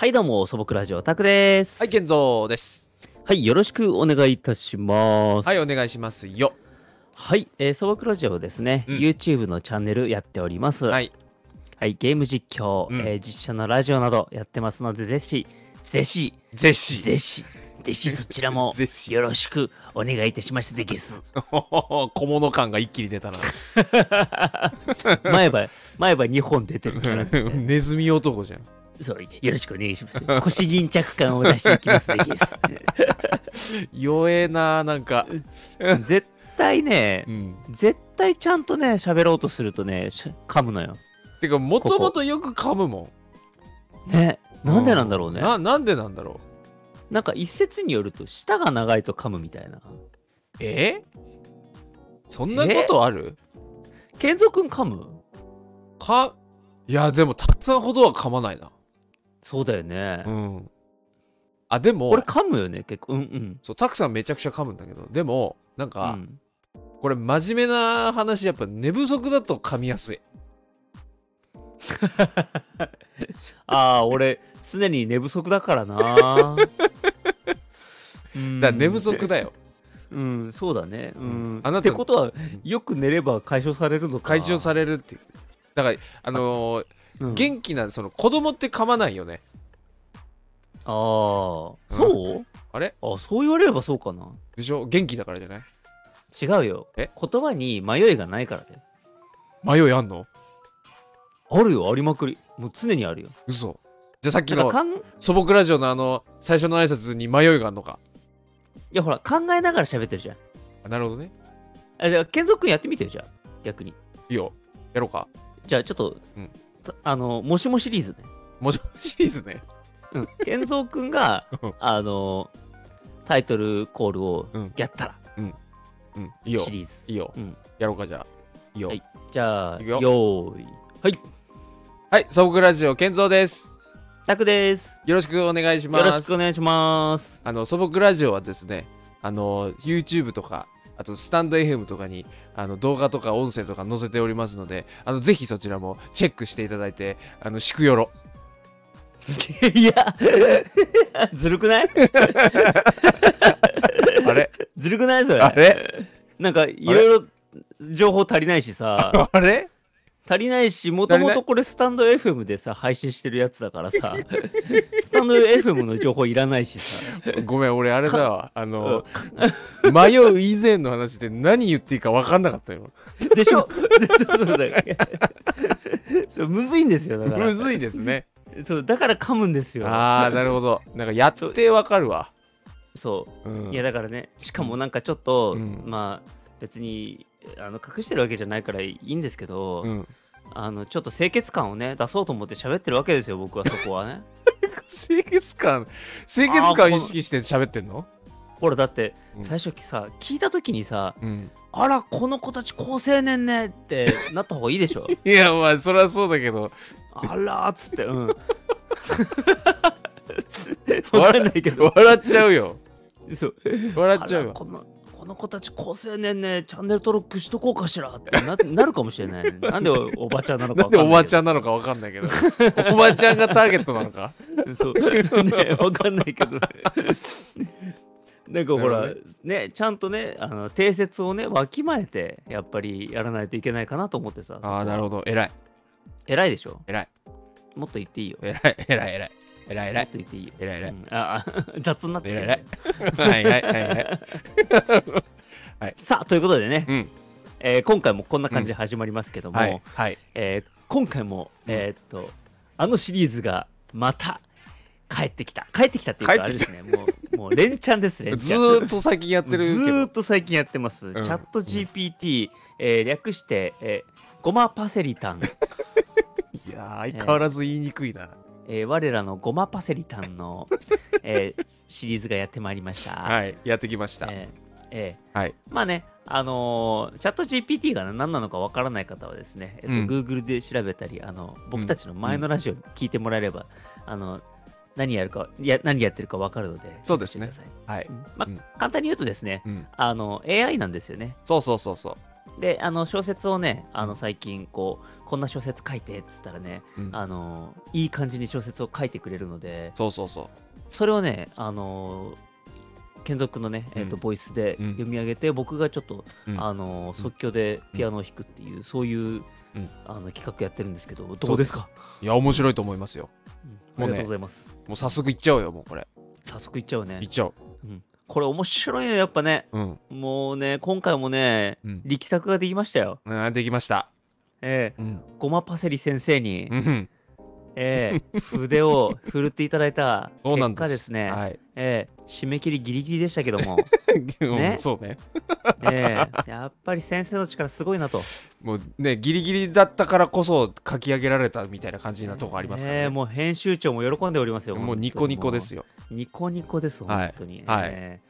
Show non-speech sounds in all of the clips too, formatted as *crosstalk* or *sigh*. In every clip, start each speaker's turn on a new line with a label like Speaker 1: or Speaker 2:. Speaker 1: はい、どうも、素朴ラジオ、タクです。
Speaker 2: はい、健三です。
Speaker 1: はいよろしくお願いいたします。
Speaker 2: はい、お願いしますよ。
Speaker 1: はい、えー、素朴ラジオですね、
Speaker 2: うん
Speaker 1: YouTube のチャンネルやっております。は、
Speaker 2: はいい、
Speaker 1: ゲーム実況、
Speaker 2: うん
Speaker 1: えー実写のラジオなどやってますので、ぜひ、ぜひ、
Speaker 2: ゼシ
Speaker 1: ぜひ、ぜひそちらも
Speaker 2: *laughs* ぜひ
Speaker 1: よろしくお願いいたしましてゲス。
Speaker 2: *laughs* 小物感が一気に出た
Speaker 1: *laughs*
Speaker 2: な。
Speaker 1: 前歯、前歯2本出てるから、
Speaker 2: ネズミ男じゃん。
Speaker 1: そう、よろしくお願いします。腰巾着感を出していきます
Speaker 2: *laughs*
Speaker 1: でゲス。
Speaker 2: 弱えな、なんか。
Speaker 1: 絶対ね
Speaker 2: う、ん。
Speaker 1: 絶対ちゃんとね、喋ろうとするとね、しゃ噛むのよ。
Speaker 2: てか、もともとよく噛むも
Speaker 1: ね
Speaker 2: ん。
Speaker 1: なんでなんだろうね
Speaker 2: な、なんでなんだろう。
Speaker 1: なんか一説によると舌が長いと噛むみたいな
Speaker 2: えそんなことある
Speaker 1: 健三くん噛む
Speaker 2: か、いや、でも、たくさんほどは噛まないな。
Speaker 1: そうだよね、
Speaker 2: うん。あ、でも
Speaker 1: 俺、噛むよね結構うんうん
Speaker 2: そう、たくさんめちゃくちゃ噛むんだけど、でも、なん
Speaker 1: う
Speaker 2: か、
Speaker 1: ん
Speaker 2: これ真面目な話、やっぱ寝不足だと噛みやすい。
Speaker 1: ああ俺常に寝不足だから
Speaker 2: *laughs*
Speaker 1: なうん
Speaker 2: だから寝不足だよ。
Speaker 1: うんそうだねうん
Speaker 2: あなた
Speaker 1: ってことはよく寝れば解消されるのか
Speaker 2: 解消されるっていうだからあのー
Speaker 1: うん
Speaker 2: 元気なその子供って噛まないよね
Speaker 1: ああそう
Speaker 2: あれ
Speaker 1: あそう言われればそうかな
Speaker 2: でしょ元気だからじゃない
Speaker 1: 違うよ
Speaker 2: え
Speaker 1: 言葉に迷いがないからだよ
Speaker 2: 迷いあんの
Speaker 1: あるよありまくりもう常にあるよ
Speaker 2: 嘘じゃあさっき
Speaker 1: なん
Speaker 2: の
Speaker 1: かかんい
Speaker 2: 素朴ラジオのあの最初の挨拶に迷いがあんのか
Speaker 1: やほら考えながら喋ってるじゃん
Speaker 2: あなるほどね
Speaker 1: あじゃあ、健三君やってみてよ、じゃあ、逆に。
Speaker 2: いいよやろうか
Speaker 1: じゃあ、ちょっと、
Speaker 2: うん
Speaker 1: たあの、もしもシリーズね。
Speaker 2: もしもシリーズね
Speaker 1: うん。
Speaker 2: *laughs*
Speaker 1: 健三君が
Speaker 2: うん、
Speaker 1: あの、タイトルコールを
Speaker 2: うん
Speaker 1: やったら、
Speaker 2: うんいいよ
Speaker 1: シリーズ。
Speaker 2: いいよ、
Speaker 1: うん
Speaker 2: やろうかじゃあいいよ
Speaker 1: は
Speaker 2: はいい、
Speaker 1: じゃあ、
Speaker 2: いく
Speaker 1: よ
Speaker 2: よ
Speaker 1: ーい。はい、
Speaker 2: 素朴ラジオ健三です
Speaker 1: タクです。
Speaker 2: よろしくお願いし
Speaker 1: よろ
Speaker 2: ま
Speaker 1: し
Speaker 2: す
Speaker 1: くお願いし
Speaker 2: *laughs*
Speaker 1: ます。
Speaker 2: あの素朴ラジオはですねあの YouTube とかあとスタンド FM とかにあの動画とか音声とか載せておりますのであのぜひそちらもチェックしていただいてあのしくよろ
Speaker 1: いや、 *laughs* ずるくない
Speaker 2: あ
Speaker 1: *laughs*
Speaker 2: れ
Speaker 1: ずるくないそ
Speaker 2: あ
Speaker 1: れ。
Speaker 2: れ
Speaker 1: なんか、いろいろ情報足りないしさ。
Speaker 2: あれ
Speaker 1: 足りないしもとも
Speaker 2: 足りな
Speaker 1: とこれスタンド FM でさ配信してるやつだから
Speaker 2: *laughs*
Speaker 1: さスタンド FM の情報いらないしさ
Speaker 2: ごめん俺あれだわあの *laughs* 迷う以前の話で何言っていいか分かんなかったよ
Speaker 1: でしょでそうそうだ
Speaker 2: *laughs*
Speaker 1: よそうむずいんですよだから
Speaker 2: むずいですね
Speaker 1: そうだから噛むんですよ
Speaker 2: あーなるほどなんかやって分かるわ
Speaker 1: そううんいやだからねしかもなんかちょっと、
Speaker 2: うん
Speaker 1: まあ別にあの隠してるわけじゃないからいいんですけど、
Speaker 2: うん
Speaker 1: あのちょっと清潔感をね出そうと思って喋ってるわけですよ僕はそこは
Speaker 2: *laughs*
Speaker 1: ね
Speaker 2: 清潔感清潔感意識して喋ってんの
Speaker 1: ほらだって
Speaker 2: うん
Speaker 1: 最初さ聞いた時にさ、
Speaker 2: うん
Speaker 1: あら、この子たち高青年ねってなった方がいいで
Speaker 2: *laughs*
Speaker 1: しょ。
Speaker 2: いやまあそりゃそうだけど
Speaker 1: あらーっつって、
Speaker 2: *laughs*
Speaker 1: うん。わかんないけど、
Speaker 2: 笑っちゃうよ
Speaker 1: そう。
Speaker 2: 笑っちゃ
Speaker 1: あ
Speaker 2: う
Speaker 1: ら
Speaker 2: わ
Speaker 1: このこの子たち高青年ね、チャンネル登録しとこうかしらってな *laughs* なるかもしれない、ね。なんでおおばちゃんなのか
Speaker 2: なん
Speaker 1: わか
Speaker 2: で
Speaker 1: んないけど。
Speaker 2: おばちゃんなのかわかんない *laughs* けどおばちゃんがターゲットなのか
Speaker 1: そう。ねわかんないけ
Speaker 2: *laughs*
Speaker 1: ど。なんかほ
Speaker 2: な
Speaker 1: ら
Speaker 2: る
Speaker 1: ねちゃんとねあの定説をねわきまえてやっぱりやらないといけないかなと思ってさ
Speaker 2: *laughs* ああなる
Speaker 1: ほど
Speaker 2: ほど偉い
Speaker 1: 偉いでしょ
Speaker 2: 偉い
Speaker 1: もっと言っていいよ
Speaker 2: 偉い偉い偉い偉い偉
Speaker 1: もっ
Speaker 2: い
Speaker 1: と言っていいよ
Speaker 2: 偉い偉い
Speaker 1: うんああ *laughs* 雑になってきたね
Speaker 2: 偉いはいはいはいはい
Speaker 1: さあということでね、
Speaker 2: うん
Speaker 1: えー今回もこんな感じで始まりますけども、
Speaker 2: *laughs* はいはい
Speaker 1: えー今回も、
Speaker 2: うん
Speaker 1: えーっとあのシリーズがまた帰ってきた帰ってきたっていうかあ
Speaker 2: 帰
Speaker 1: れ
Speaker 2: って
Speaker 1: で
Speaker 2: き
Speaker 1: すねもうもう連チャン
Speaker 2: *laughs*
Speaker 1: ですね
Speaker 2: ずーっと最近やっ
Speaker 1: ず
Speaker 2: てるけど
Speaker 1: ーっと最近やってます、
Speaker 2: ん
Speaker 1: チャット GPT、えー略して、えーごまパセリタン、
Speaker 2: いやー相変わらず言いにくいな
Speaker 1: えー我らのごまパセリタンの、えーシリーズがやってまいりました、
Speaker 2: はいやってきました
Speaker 1: えーえー
Speaker 2: はい
Speaker 1: まあね、あのーチャット GPT が何なのかわからない方はですね、えっと
Speaker 2: うん
Speaker 1: Google で調べたりあの、僕たちの前のラジオ聞いてもらえれば、あの何やるかいや何やってるかわかるので、
Speaker 2: そうですね
Speaker 1: チェックしてください
Speaker 2: はい
Speaker 1: うんまあ
Speaker 2: うん
Speaker 1: 簡単に言うとですね
Speaker 2: うん
Speaker 1: あの、AI なんですよね。
Speaker 2: そうそうそうそう
Speaker 1: であの小説をねあの最近こうこんな小説書いてっつったらね、
Speaker 2: うん
Speaker 1: あのいい感じに小説を書いてくれるので
Speaker 2: そうそうそ
Speaker 1: それをねあの剣族のね、えー、と
Speaker 2: うん
Speaker 1: ボイスで
Speaker 2: うん
Speaker 1: 読み上げて、僕がちょっと、
Speaker 2: う、うん
Speaker 1: あの即興でピアノを弾くっていう、そういう、
Speaker 2: ん
Speaker 1: あの企画やってるんですけどどうですか
Speaker 2: いや面白いと思いますよ
Speaker 1: うんあ
Speaker 2: もうね
Speaker 1: りがとうございます
Speaker 2: もう早速いっちゃおうよもうこれ
Speaker 1: 早速いっちゃう
Speaker 2: いっ
Speaker 1: ね、
Speaker 2: ちゃおう
Speaker 1: うん、これ面白いねやっぱね
Speaker 2: うん、
Speaker 1: もうね今回もね
Speaker 2: うん
Speaker 1: 力作ができましたよ、
Speaker 2: あーできました
Speaker 1: ええ
Speaker 2: うん
Speaker 1: ごまパセリ先生に、
Speaker 2: うん
Speaker 1: ええ筆を振るっていただいた
Speaker 2: そう
Speaker 1: 結
Speaker 2: なんで
Speaker 1: 果
Speaker 2: す
Speaker 1: ですね、 *laughs*
Speaker 2: はい、
Speaker 1: ええ締め切りギリギリでしたけど
Speaker 2: *laughs*
Speaker 1: も、
Speaker 2: うんそうね
Speaker 1: ええやっぱり先生の力すごいなと、
Speaker 2: もうねギリギリだったからこそ書き上げられたみたいな感じなとこありますからね、
Speaker 1: ええもう編集長も喜んでおりますよ
Speaker 2: もうニコニコです
Speaker 1: よ
Speaker 2: よ
Speaker 1: ニコニコです
Speaker 2: はい
Speaker 1: 本当に、
Speaker 2: はい
Speaker 1: えええ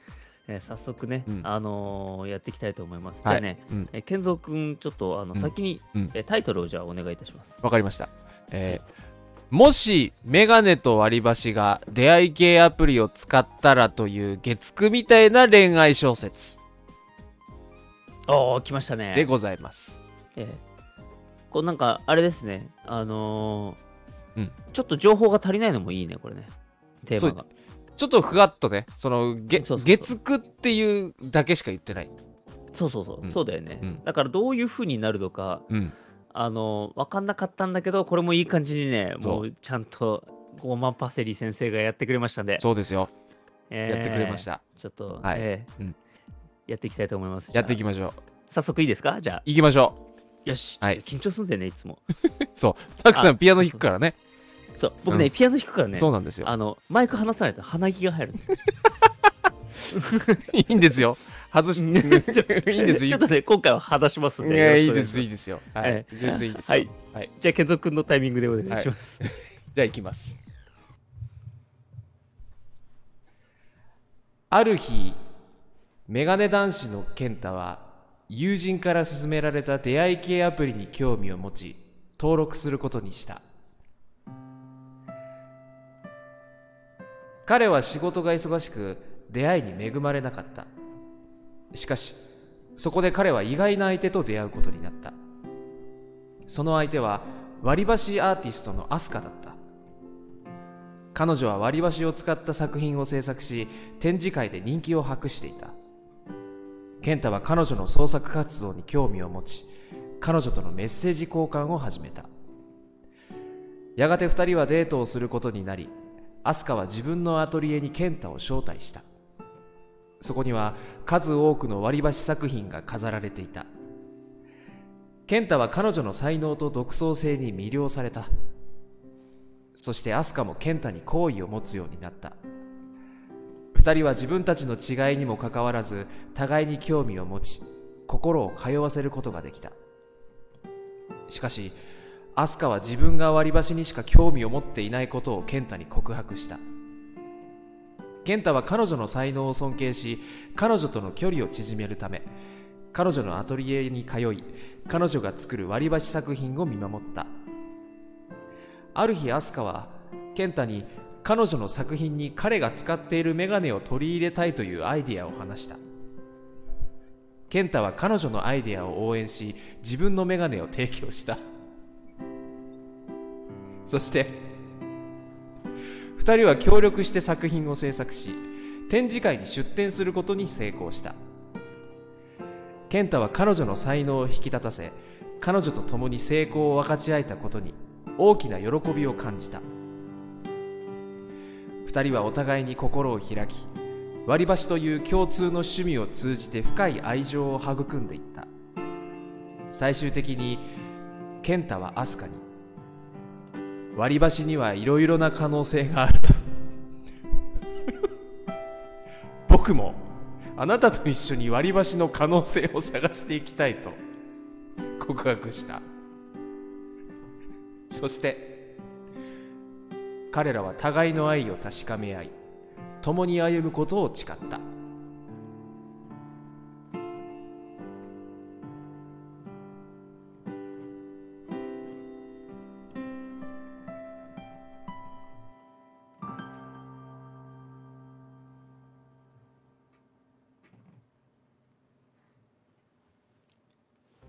Speaker 1: え早速ね、
Speaker 2: うん
Speaker 1: あのーやっていきたいと思います、じ
Speaker 2: はい
Speaker 1: ゃあね
Speaker 2: うん
Speaker 1: え健三君ちょっとあの
Speaker 2: うん
Speaker 1: 先に、
Speaker 2: うん
Speaker 1: えタイトルをじゃあお願いいたします
Speaker 2: わかりました、えーもしメガネと割り箸が出会い系アプリを使ったらという月9みたいな恋愛小説
Speaker 1: おお来ましたね
Speaker 2: でございます、
Speaker 1: ええこうなんかあれですねあのー
Speaker 2: うん
Speaker 1: ちょっと情報が足りないのもいいねこれねテーマが
Speaker 2: ちょっとふわっとねそのげ
Speaker 1: そうそうそう
Speaker 2: 月9っていうだけしか言ってない、
Speaker 1: そうそうそう、
Speaker 2: うん
Speaker 1: そうだよね、
Speaker 2: うん
Speaker 1: だからどういう風になるのかあの分かんなかったんだけどこれもいい感じにね
Speaker 2: そう
Speaker 1: もうちゃんとゴーマンパセリ先生がやってくれましたんで、
Speaker 2: そうですよ、
Speaker 1: ええ
Speaker 2: やってくれました
Speaker 1: ちょっと、
Speaker 2: はい
Speaker 1: ええ
Speaker 2: うん
Speaker 1: やっていきたいと思います
Speaker 2: やっていき
Speaker 1: ま
Speaker 2: ましょう
Speaker 1: 早速いいですかじゃあ
Speaker 2: 行きましょ
Speaker 1: よし、
Speaker 2: はい
Speaker 1: ちょっと緊張すんだよねいつ
Speaker 2: *laughs*
Speaker 1: も
Speaker 2: うそうたくさ
Speaker 1: あ
Speaker 2: んピアノ弾くからね
Speaker 1: そう僕ね、
Speaker 2: うん
Speaker 1: ピアノ弾くからね
Speaker 2: そうなんですよ
Speaker 1: あのマイク離さないと鼻息が入る
Speaker 2: いいんですよ
Speaker 1: *laughs*
Speaker 2: 外し *laughs* いいんです
Speaker 1: ちょ
Speaker 2: よ
Speaker 1: っとね今回は話しますん
Speaker 2: い
Speaker 1: で
Speaker 2: やい
Speaker 1: よ
Speaker 2: い
Speaker 1: ろ
Speaker 2: で
Speaker 1: しく
Speaker 2: すいいですよは
Speaker 1: はい
Speaker 2: い全然いいです
Speaker 1: は
Speaker 2: よ
Speaker 1: い
Speaker 2: はい、
Speaker 1: お願いしますじゃあケンゾくんのタイミングでお願いします、
Speaker 2: じゃあ行きます。ある日、メガネ男子の健太は、友人から勧められた出会い系アプリに興味を持ち、登録することにした。彼は仕事が忙しく、出会いに恵まれなかった。しかし、そこで彼は意外な相手と出会うことになった。その相手は割り箸アーティストのアスカだった彼女は割り箸を使った作品を制作し展示会で人気を博していた健太は彼女の創作活動に興味を持ち彼女とのメッセージ交換を始めたやがて2人はデートをすることになりアスカは自分のアトリエに健太を招待したそこには数多くの割り箸作品が飾られていた健太は彼女の才能と独創性に魅了されたそしてアスカも健太に好意を持つようになった二人は自分たちの違いにもかかわらず互いに興味を持ち心を通わせることができたしかしアスカは自分が割り箸にしか興味を持っていないことを健太に告白した健太は彼女の才能を尊敬し彼女との距離を縮めるため彼女のアトリエに通い彼女が作る割り箸作品を見守ったある日アスカは健太に彼女の作品に彼が使っているメガネを取り入れたいというアイディアを話した健太は彼女のアイディアを応援し自分のメガネを提供したそして2人は協力して作品を制作し展示会に出展することに成功した健太は彼女の才能を引き立たせ彼女と共に成功を分かち合えたことに大きな喜びを感じた2人はお互いに心を開き割り箸という共通の趣味を通じて深い愛情を育んでいった最終的に健太はアスカに割り箸にはいろいろな可能性がある僕もあなたと一緒に割り箸の可能性を探していきたいと告白したそして彼らは互いの愛を確かめ合い共に歩むことを誓った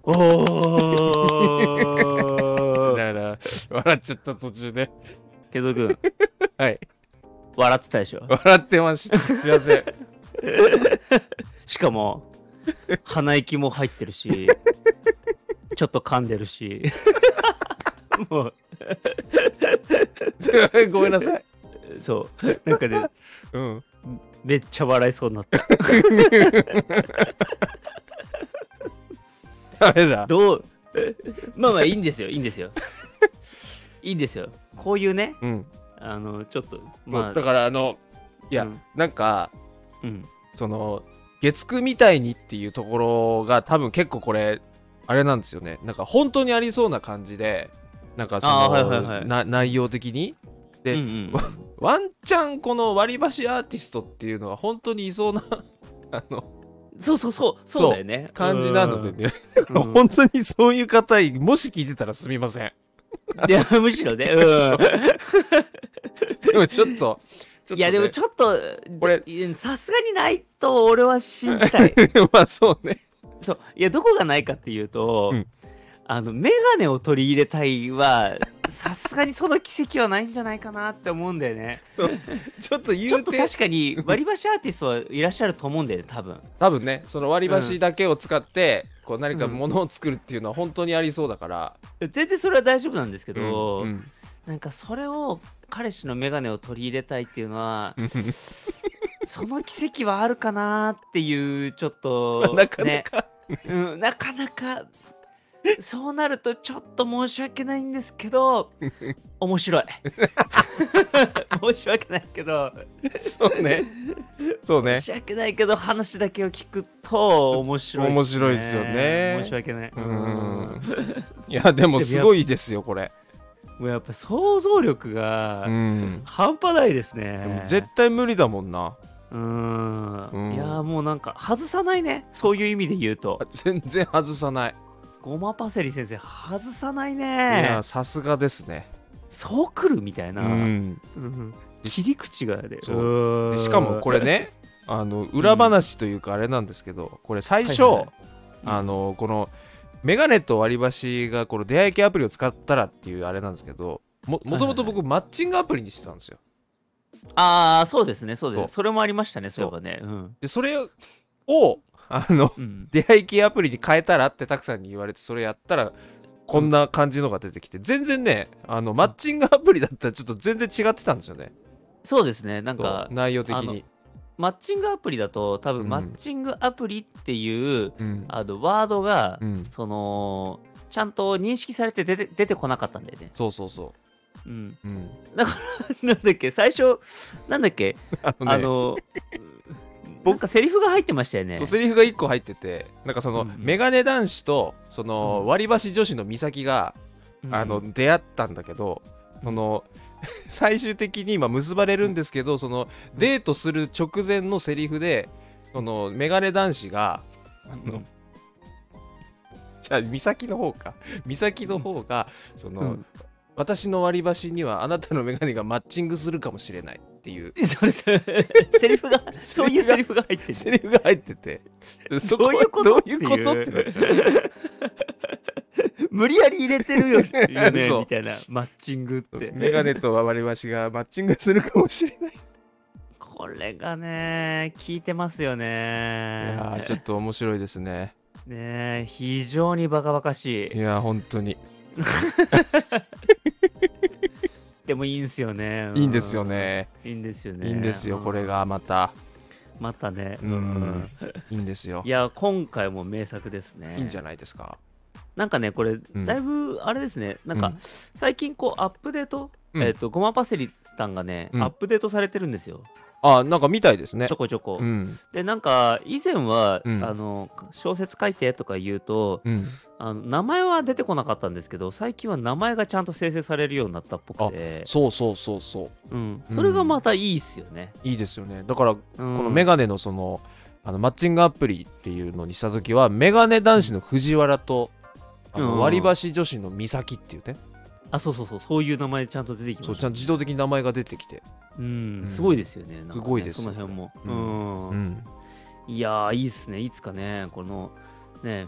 Speaker 1: お
Speaker 2: だ
Speaker 1: *laughs* ー
Speaker 2: から、笑っちゃった途中で。
Speaker 1: ケゾ君、
Speaker 2: はい。
Speaker 1: 笑ってたでしょ。
Speaker 2: 笑ってました。すいません。
Speaker 1: しかも、鼻息も入ってるし、ちょっと噛んでるし。 *laughs* もう、
Speaker 2: *laughs* ごめんなさい。
Speaker 1: そう。なんかね、
Speaker 2: うん。
Speaker 1: めっちゃ笑いそうになった。
Speaker 2: ダメだ。
Speaker 1: どう *laughs* まあまあいいんですよ、いいんですよ。いいんですよ。こういうね、
Speaker 2: うん。
Speaker 1: あの、ちょっと、ま
Speaker 2: まあ、だ
Speaker 1: あ、
Speaker 2: から、あの、いや、
Speaker 1: うん
Speaker 2: なんか、
Speaker 1: うん。
Speaker 2: その、月9みたいにっていうところが、多分結構これ、あれなんですよね。なんか、本当にありそうな感じで、なんかその、
Speaker 1: あーはいはいはい
Speaker 2: な内容的に。で
Speaker 1: うんうん
Speaker 2: わワンチャンこの割り箸アーティストっていうのは本当にいそうなあの
Speaker 1: そうそうそう、そうだよね。
Speaker 2: 感じなので
Speaker 1: うん
Speaker 2: ね、
Speaker 1: うん
Speaker 2: *laughs* 本当にそういう方いもし聞いてたらすみません
Speaker 1: いや、むしろね、
Speaker 2: *laughs*
Speaker 1: う
Speaker 2: でもちょっとちょっと、
Speaker 1: ん。いや、でも
Speaker 2: ょ
Speaker 1: ちょっと、
Speaker 2: これ
Speaker 1: いやさすがにないと俺は信じ
Speaker 2: *laughs*
Speaker 1: たい。
Speaker 2: っとまあそうね
Speaker 1: そう。いや、どこがないかっていうと、
Speaker 2: うん
Speaker 1: あの、メガネを取り入れたいは、さすがにその奇跡はないんじゃないかなって思うんだよね。
Speaker 2: ちょっと
Speaker 1: ちょ
Speaker 2: 言
Speaker 1: っ
Speaker 2: う
Speaker 1: と
Speaker 2: て
Speaker 1: 確かに割り箸アーティストはいらっしゃると思うんだよね、多分。
Speaker 2: 多分ねその割り箸だけを使って、こう何かものを作るっていうのは本当にありそうだから、
Speaker 1: 全然それは大丈夫なんですけ
Speaker 2: う
Speaker 1: ど、
Speaker 2: んうん
Speaker 1: なんかそれを彼氏のメガネを取り入れたいっていうのは、その奇跡はあるかなっていう、ちょっと、
Speaker 2: *laughs* なかな
Speaker 1: ね、
Speaker 2: か、
Speaker 1: うん、なかなか、そうなるとちょっと申し訳ないんですけど、面
Speaker 2: *laughs*
Speaker 1: 白い。申し訳ないけど、
Speaker 2: *laughs* そうねそうね
Speaker 1: 申し訳ないけど、話だけを聞くと面白い、
Speaker 2: 面白いですよね
Speaker 1: 申し訳ない。
Speaker 2: う
Speaker 1: うんん。
Speaker 2: いやでもすごいですよこれ、
Speaker 1: もうやっぱ想像力が
Speaker 2: うん、
Speaker 1: 半端ないです
Speaker 2: でも
Speaker 1: ね。
Speaker 2: 絶対無理だもんな
Speaker 1: うーん
Speaker 2: うん
Speaker 1: いやーもうなんか外さないねそういう意味で言うと
Speaker 2: あ全然外さない
Speaker 1: ごまパセリ先生外さない
Speaker 2: い
Speaker 1: ね
Speaker 2: やさすがですね、
Speaker 1: そうくるみたいな、
Speaker 2: うん
Speaker 1: うん切り口がね
Speaker 2: そう
Speaker 1: うー
Speaker 2: で
Speaker 1: ん
Speaker 2: しかもこれねあの裏話というかあれなんですけど、これ最初、
Speaker 1: はいはいはいうん
Speaker 2: あのこのメガネと割り箸がこの出会い系アプリを使ったらっていうあれなんですけどももともと
Speaker 1: はいはい
Speaker 2: 僕マッチングアプリにしてたんですよ
Speaker 1: ああそうですねそうです
Speaker 2: そう
Speaker 1: それもありましたねそういえばねうん、
Speaker 2: でそれをあの
Speaker 1: うん、
Speaker 2: 出会い系アプリに変えたらってたくさんに言われてそれやったらこんな感じのが出てきて全然ねあのマッチングアプリだったらちょっと全然違ってたんですよね
Speaker 1: そうですねなんか
Speaker 2: そう内容的
Speaker 1: あの
Speaker 2: に、
Speaker 1: マッチングアプリだと多
Speaker 2: う
Speaker 1: 分
Speaker 2: ん
Speaker 1: マッチングアプリっていう、
Speaker 2: うん
Speaker 1: あのワードが、
Speaker 2: うん
Speaker 1: そのちゃんと認識されて出て出てこなかったんだよね、
Speaker 2: そうそうそ
Speaker 1: うん、 *laughs*
Speaker 2: う、うん、
Speaker 1: なんだっけ最初なんだっけ
Speaker 2: あのね
Speaker 1: あの、なんかセリフが入ってましたよね。
Speaker 2: そうセリフが1個入っててなんかその、
Speaker 1: うんうん
Speaker 2: メガネ男子とその、
Speaker 1: うん
Speaker 2: 割り箸女子の美咲が、
Speaker 1: うん
Speaker 2: あの出会ったんだけどその *laughs* 最終的に今結ばれるんですけどそのデートする直前のセリフでそのメガネ男子があの、
Speaker 1: うん
Speaker 2: じゃあ美咲の方か *laughs* 美咲の方がその、
Speaker 1: うん
Speaker 2: 私の割り箸にはあなたのメガネがマッチングするかもしれないっていう
Speaker 1: *laughs* それそれセリ
Speaker 2: *laughs*
Speaker 1: フが、そういうセリフが入って
Speaker 2: セ
Speaker 1: る。
Speaker 2: リフが入って *laughs* てそこ
Speaker 1: どういうこと
Speaker 2: どういうことってなっちゃう
Speaker 1: 無理やり入れてるよっていうね、
Speaker 2: そう
Speaker 1: みたいな、マッチング
Speaker 2: *laughs*
Speaker 1: って。
Speaker 2: メガネと割り箸がマッチングするかもしれ *laughs* ない。
Speaker 1: これがね、効いてますよ
Speaker 2: い
Speaker 1: ね。
Speaker 2: やーちょっと面白いですね。
Speaker 1: ねえ非常にバカバカし
Speaker 2: い
Speaker 1: い。
Speaker 2: やー本当に
Speaker 1: でもいいんすよね。う
Speaker 2: いいんですよ。ね。
Speaker 1: いいんですよね。
Speaker 2: いいんですよこれがまた。
Speaker 1: うん。またね。
Speaker 2: うんいいんですよ
Speaker 1: い。や、今回も名作ですね。
Speaker 2: いいんじゃないですか。
Speaker 1: なんかね、これ、
Speaker 2: うん
Speaker 1: だいぶ、あれですね、なん
Speaker 2: う
Speaker 1: か
Speaker 2: ん、
Speaker 1: 最近、こう、アップデート、
Speaker 2: うん
Speaker 1: えっ、と、ごまパセリさんがね、
Speaker 2: うん
Speaker 1: アップデートされてるんですよ、
Speaker 2: あなんかみたいですね
Speaker 1: ちょ。こちょこ。
Speaker 2: うん
Speaker 1: で、なんか、以前は、
Speaker 2: うん
Speaker 1: あの、小説書いてとか言うと、
Speaker 2: うん。
Speaker 1: あの名前は出てこなかったんですけど、最近は名前がちゃんと生成されるようになったっぽくて、
Speaker 2: そうそうそうそう。
Speaker 1: うん、それがまたいいっすよね。
Speaker 2: いいですよね。だからこ
Speaker 1: こ
Speaker 2: のメガネのそのあのマッチングアプリっていうのにした時はメガネ男子の藤原と。あ
Speaker 1: うん
Speaker 2: の割り箸女子の美咲っていうね、
Speaker 1: あ、そうそうそう、そういう名前ちゃんと出てきま
Speaker 2: そう
Speaker 1: し
Speaker 2: ちゃ
Speaker 1: た。
Speaker 2: んと自動的に名前が出てきて、
Speaker 1: うん
Speaker 2: う、ん
Speaker 1: すごいですよね。なんかね
Speaker 2: すごいです
Speaker 1: その辺も。
Speaker 2: う
Speaker 1: うん
Speaker 2: うん、
Speaker 1: いやー、いいっすね。いつかね、この、ね、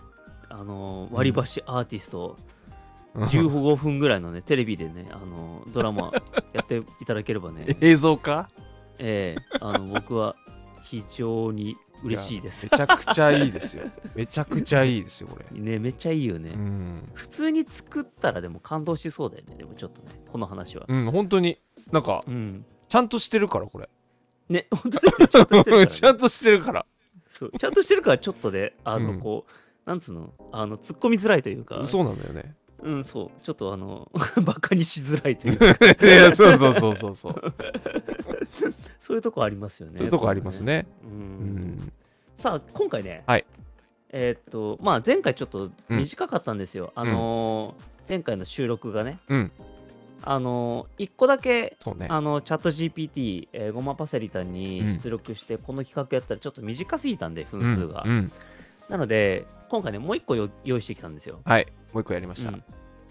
Speaker 1: あの割り箸アーティスト
Speaker 2: *laughs* うん
Speaker 1: 15分ぐらいのねテレビでねあのドラマやっていただければね
Speaker 2: *laughs* 映像化
Speaker 1: ええあの僕は非常に嬉しいです
Speaker 2: めちゃくちゃいい *laughs* ですよ。めちゃくちゃいいですよ、これ。
Speaker 1: ねめっちゃいいよね、
Speaker 2: うん。
Speaker 1: 普通に作ったらでも感動しそうだよねでもちょっとねこの話は
Speaker 2: うん、本当に、なんか、
Speaker 1: うん
Speaker 2: ちゃんとしてるから、これ。
Speaker 1: ね本当だよねちゃんとしてるからね
Speaker 2: ちゃんと
Speaker 1: そう
Speaker 2: してる *laughs* から。
Speaker 1: ちゃんとしてるからちょっとで、あ
Speaker 2: うん
Speaker 1: のこう、なんつうのあの突っ込みづらいというか
Speaker 2: そうなんだよね。
Speaker 1: うんそうちょっとあの *laughs* バカにしづらいというか
Speaker 2: *laughs* いや、そうそうそうそう *laughs* そう。
Speaker 1: そういうとこありますよね
Speaker 2: そういうとこありますね。
Speaker 1: う
Speaker 2: うんん。
Speaker 1: さあ今回ね、
Speaker 2: はい
Speaker 1: えーっとまあ前回ちょっと短かったんですよ、あのー前回の収録がね、
Speaker 2: うん
Speaker 1: あのー、1個だけ
Speaker 2: そうね。
Speaker 1: あのチャット GPT、えー、ごまパセリタンに
Speaker 2: うん
Speaker 1: 出力して、この企画やったらちょっと短すぎたんで分
Speaker 2: うん
Speaker 1: 数が、
Speaker 2: うん。
Speaker 1: なので今回ねもう1個よ用意してきたんですよ
Speaker 2: はい。もう一個やりました
Speaker 1: う。ん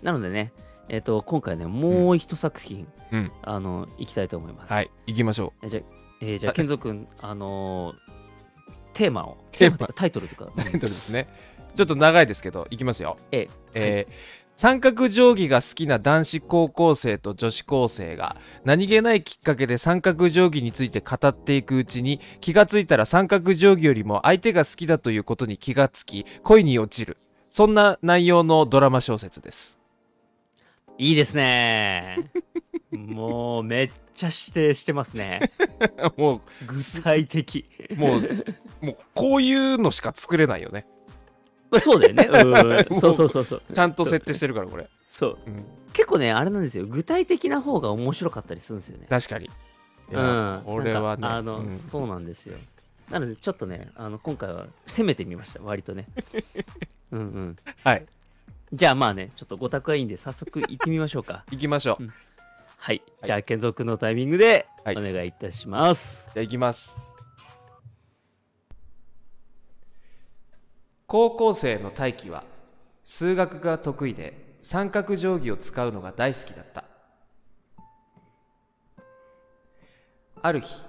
Speaker 1: なのでね、えっと今回ねもう一作品、
Speaker 2: うん
Speaker 1: あのいきたいと思います、
Speaker 2: はい。行きましょ
Speaker 1: えじゃあ、えーじゃあ健三君あのーテーマを
Speaker 2: テーマ
Speaker 1: というかタイトルとか
Speaker 2: う。タイトルですね。ちょっと長いですけど、行きますよ。
Speaker 1: え
Speaker 2: えー三角定規が好きな男子高校生と女子高生が何気ないきっかけで三角定規について語っていくうちに気がついたら三角定規よりも相手が好きだということに気がつき恋に落ちるそんな内容のドラマ小
Speaker 1: *laughs*
Speaker 2: 説です
Speaker 1: いいですねもうめっちゃ指定してます
Speaker 2: *laughs*
Speaker 1: ね
Speaker 2: も
Speaker 1: 具体的
Speaker 2: うもうもうこういうのしか作れないよね
Speaker 1: まあそうだよねう
Speaker 2: もう
Speaker 1: *laughs*
Speaker 2: ん
Speaker 1: そうそうそうそう
Speaker 2: ちゃんと設定してるからこれ、
Speaker 1: そう
Speaker 2: うん、
Speaker 1: 結構ねあれなんですよ具体的な方が面白かったりするんですよね
Speaker 2: 確かにいや
Speaker 1: うん、
Speaker 2: これはね
Speaker 1: なんかあの、
Speaker 2: うん
Speaker 1: そうなんですよ。なので、ちょっとね、あの今回は攻めてみました、割
Speaker 2: *laughs*
Speaker 1: とね。うんうん。
Speaker 2: はい
Speaker 1: じゃあまあね、ちょっとごたくはいいんで、早速行ってみましょうか。
Speaker 2: 行きましょう、
Speaker 1: うんはい。じゃあ、剣族のタイミングで
Speaker 2: はい
Speaker 1: お願いいたします。
Speaker 2: じゃあ行きます高校生の大輝は数学が得意で三角定規を使うのが大好きだったある日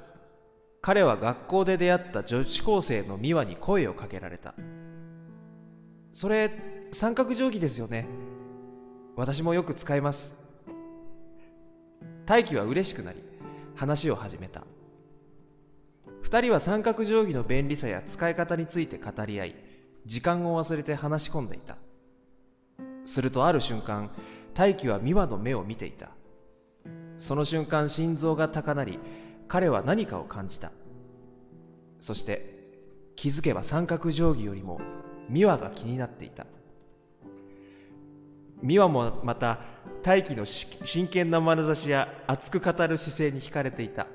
Speaker 2: 彼は学校で出会った女子高生の美和に声をかけられたそれ三角定規ですよね私もよく使います大輝は嬉しくなり話を始めた2人は三角定規の便利さや使い方について語り合い時間を忘れて話し込んでいたするとある瞬間大輝は美和の目を見ていたその瞬間心臓が高鳴り彼は何かを感じたそして気づけば三角定規よりも美和が気になっていた美和もまた大輝のし真剣な眼差しや熱く語る姿勢に惹かれていた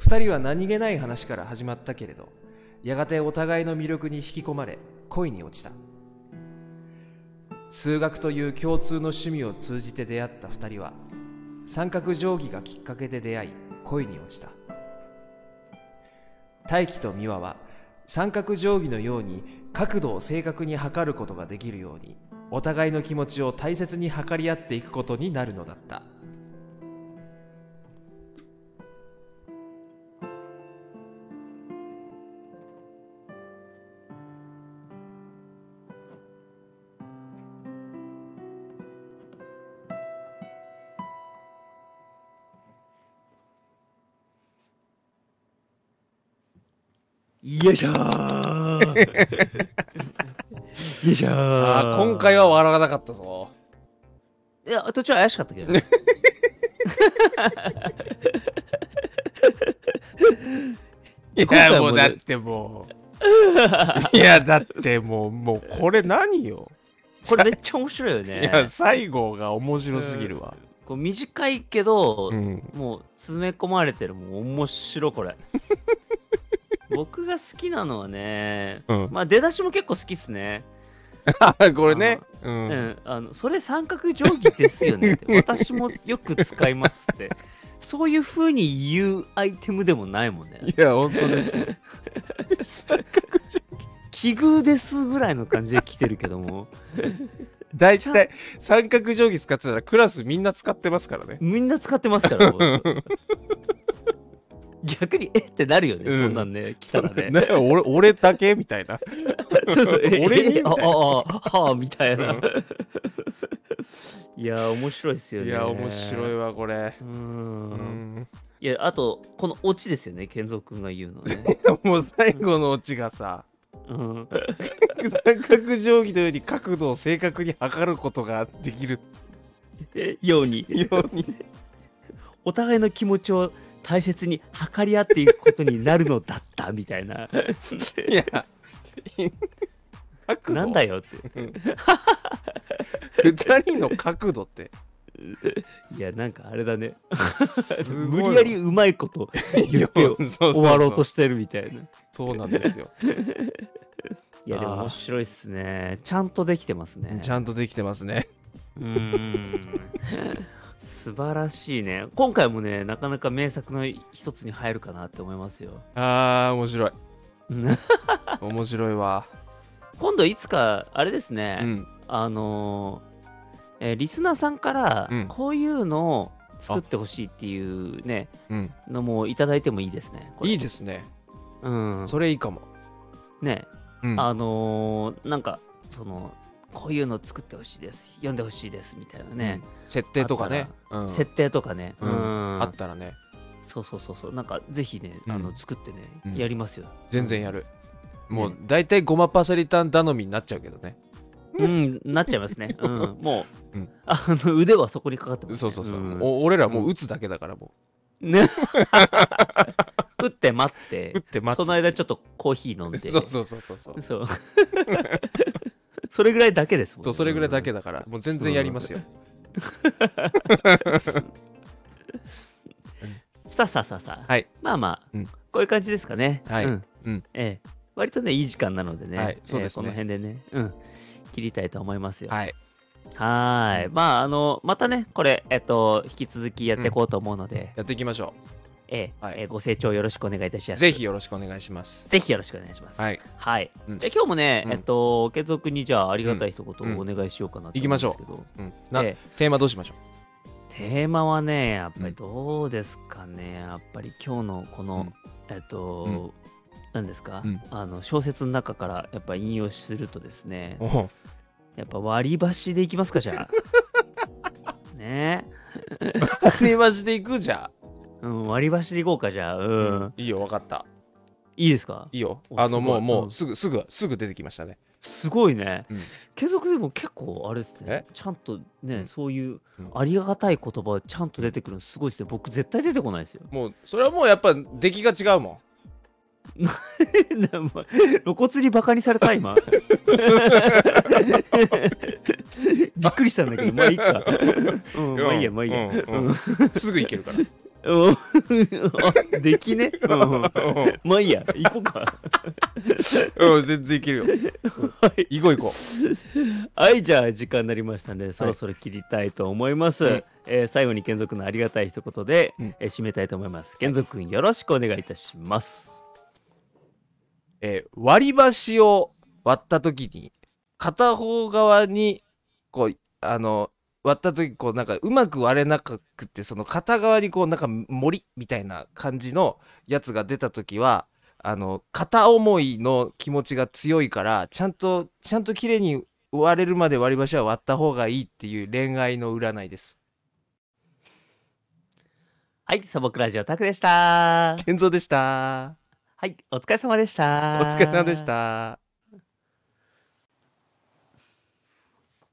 Speaker 2: 2人は何気ない話から始まったけれどやがてお互いの魅力に引き込まれ恋に落ちた数学という共通の趣味を通じて出会った2人は三角定規がきっかけで出会い恋に落ちた大輝と美和は三角定規のように角度を正確に測ることができるようにお互いの気持ちを大切に測り合っていくことになるのだった
Speaker 1: よいしょ
Speaker 2: *laughs*
Speaker 1: ーよいしょー
Speaker 2: は笑わなかったぞ
Speaker 1: いや、途中怪しかったけど
Speaker 2: *laughs*
Speaker 1: ね。
Speaker 2: い
Speaker 1: 今回
Speaker 2: や
Speaker 1: も
Speaker 2: もう
Speaker 1: ね
Speaker 2: だっても
Speaker 1: *laughs*
Speaker 2: ういやだってもうもうこれ何よ、
Speaker 1: これめっちゃ面白いよね。
Speaker 2: いや最後が面白すぎるわ、
Speaker 1: こう短いけど、
Speaker 2: うん、
Speaker 1: もう詰め込まれてるもう面白
Speaker 2: *laughs*
Speaker 1: これ僕が好きなのはね、
Speaker 2: うん *laughs*
Speaker 1: まあ出だしも結構好きっすね、
Speaker 2: これねうん、
Speaker 1: うんあのそれ三角定規ですよ
Speaker 2: *laughs*
Speaker 1: ねって私もよく使いますってそういう風に言うアイテムでもないもんね
Speaker 2: いや本当です
Speaker 1: *laughs*
Speaker 2: よ
Speaker 1: 奇遇ですぐらいの感じで来てるけども
Speaker 2: 大体三角定規使ってた *laughs* らクラスみんな使ってますからね
Speaker 1: みんな使ってますからもう疑逆にえってなるよね、
Speaker 2: うん
Speaker 1: そんなんね来たらね
Speaker 2: *laughs* ね俺俺だけみたいな。
Speaker 1: そうそうえ
Speaker 2: 俺に
Speaker 1: えあああはあみたいな、
Speaker 2: うん
Speaker 1: いやー面白いですよ
Speaker 2: い
Speaker 1: ね
Speaker 2: や、面白いわ、これ。
Speaker 1: うー
Speaker 2: うんん、
Speaker 1: いやあとこのオチですよね健三君が言うのね、
Speaker 2: もう最後のオチがさ、
Speaker 1: うん、
Speaker 2: 三角定規のように角度を正確に測ることができる
Speaker 1: ように
Speaker 2: ように。
Speaker 1: お互いの気持ちを大切に測り合っていくことになるのだったみたいな
Speaker 2: いや、角度
Speaker 1: なんだよって
Speaker 2: 2人の角度って
Speaker 1: いやなんかあれだね
Speaker 2: すごい
Speaker 1: *laughs* 無理やりうまいこと言ってよ終わろうと
Speaker 2: し
Speaker 1: してるみたいな
Speaker 2: そうなんですよ
Speaker 1: いやでも
Speaker 2: あー
Speaker 1: 面白いっすねちゃんとできてますね
Speaker 2: ちゃんとできてますね
Speaker 1: うーん素晴らしいね今回もねなかなか名作の一つに入るかなって思います
Speaker 2: *laughs*
Speaker 1: よ
Speaker 2: あー面白い面白いわ
Speaker 1: 今度いつかあれですね、
Speaker 2: うん
Speaker 1: あのーえーリスナーさんから
Speaker 2: うん
Speaker 1: こういうのを作ってほしいっていうね、
Speaker 2: うん
Speaker 1: のもいただいてもいいですね。これ
Speaker 2: いいですね
Speaker 1: うん、
Speaker 2: それいいかも
Speaker 1: ね、
Speaker 2: うん
Speaker 1: あのーなんかそのこういうの作ってほしいです読んでほしいですみたいなね、
Speaker 2: 設定とかねうん
Speaker 1: 設定とかね、
Speaker 2: う
Speaker 1: うんん
Speaker 2: あったらね
Speaker 1: そうそうそうそうなんかぜひね、
Speaker 2: うん
Speaker 1: あの作ってね、
Speaker 2: うん
Speaker 1: やりますよ。
Speaker 2: 全然やるもう
Speaker 1: ね
Speaker 2: 大体ごまパセリタン頼みになっちゃうけどね
Speaker 1: うん、なっちゃいますね。うん、
Speaker 2: *laughs*
Speaker 1: もう、
Speaker 2: うん
Speaker 1: あの腕はそこにかかってます、ね。
Speaker 2: そうそうそ
Speaker 1: ん
Speaker 2: うお俺らもう打つだけだからも
Speaker 1: ね。 *laughs* 打って待って
Speaker 2: う打って待
Speaker 1: そ
Speaker 2: つ
Speaker 1: の間ちょっとコーヒー飲んで。
Speaker 2: *laughs* そうそうそうそうそう
Speaker 1: そう *laughs* それぐらいだけですもんね、
Speaker 2: そうそれぐらいだけだからもう全然やりますよ
Speaker 1: さあさあさあさあ、
Speaker 2: はい
Speaker 1: まあまあ、
Speaker 2: うん
Speaker 1: こういう感じですかね。
Speaker 2: はい
Speaker 1: うん
Speaker 2: うん
Speaker 1: ええ、割とね、いい時間なのでね、
Speaker 2: はいそうですね
Speaker 1: この辺でね、うん、切りたいと思いますよ。
Speaker 2: はい
Speaker 1: はーい。まあ、あの、またね、これ、えっと、引き続きやっていこうと思うので、
Speaker 2: やっていきましょ
Speaker 1: ええ
Speaker 2: はい
Speaker 1: ええご清聴よろしくお願いいたし
Speaker 2: う
Speaker 1: ます。
Speaker 2: ぜひよろしくお願いします
Speaker 1: ぜひよろしくお願いします。
Speaker 2: はい
Speaker 1: はい。
Speaker 2: うん
Speaker 1: じゃあ今日もね、
Speaker 2: うん
Speaker 1: えっと、継続にじゃあありがたい一言をお願いしようかなと思うんですけど。
Speaker 2: うんな
Speaker 1: ええ
Speaker 2: テーマどうしましょ
Speaker 1: テーマはね、やっぱりどうですかね、やっぱり今日のこの、えっと、何ですか、
Speaker 2: うん
Speaker 1: あの小説の中からやっぱ引用するとですね *laughs*
Speaker 2: う、おう
Speaker 1: やっぱ割り箸でいきますか、じゃ
Speaker 2: *laughs*
Speaker 1: あ。ね
Speaker 2: 割り箸でいくじゃ
Speaker 1: え、うん、割り箸でいこうか、じゃあ、うん。
Speaker 2: んいいよわかった
Speaker 1: いいですか
Speaker 2: いいよ
Speaker 1: お
Speaker 2: あの
Speaker 1: すごい
Speaker 2: もう
Speaker 1: う
Speaker 2: もうんすぐすぐすぐ出てきましたね
Speaker 1: すごいね、
Speaker 2: うん
Speaker 1: 継続でも結構あれですねちゃんとね、
Speaker 2: うん
Speaker 1: そういう
Speaker 2: うん
Speaker 1: ありがたい言葉ちゃんと出てくるのすごいですね僕絶対出てこない
Speaker 2: *laughs*
Speaker 1: ですよ
Speaker 2: もうそれはもうやっぱ出来が違うも
Speaker 1: なま露骨にバカにされた
Speaker 2: *laughs*
Speaker 1: 今びっくりしたんだけどまあいい
Speaker 2: *laughs*
Speaker 1: か、うん、まあいいやまあいいや、
Speaker 2: うんうんうんんすぐいけるから
Speaker 1: うんあできね、うんうん
Speaker 2: う
Speaker 1: まあいいや行こう
Speaker 2: *laughs*
Speaker 1: か
Speaker 2: んうん全然いけるよ
Speaker 1: はい
Speaker 2: 行こう行こ
Speaker 1: はいじゃあ時間になりましたのでそろそろ切りたいと思います、
Speaker 2: はい
Speaker 1: えー最後に健くんのありがたい一言で、
Speaker 2: うん
Speaker 1: えー締めたいと思います健くんよろしくお願いいたします
Speaker 2: うえー割り箸を割った時に片方側にこうあの割った時こうなんかうまく割れなくってその片側にこうなんか森みたいな感じのやつが出た時はあの片思いの気持ちが強いからちゃんとちゃんと綺麗に割れるまで割り箸は割った方がいいっていう恋愛の占いです。
Speaker 1: はい素朴ラジオタクでした
Speaker 2: 健三でした。
Speaker 1: はいお疲れ様でし
Speaker 2: お
Speaker 1: た
Speaker 2: 疲れ様でした。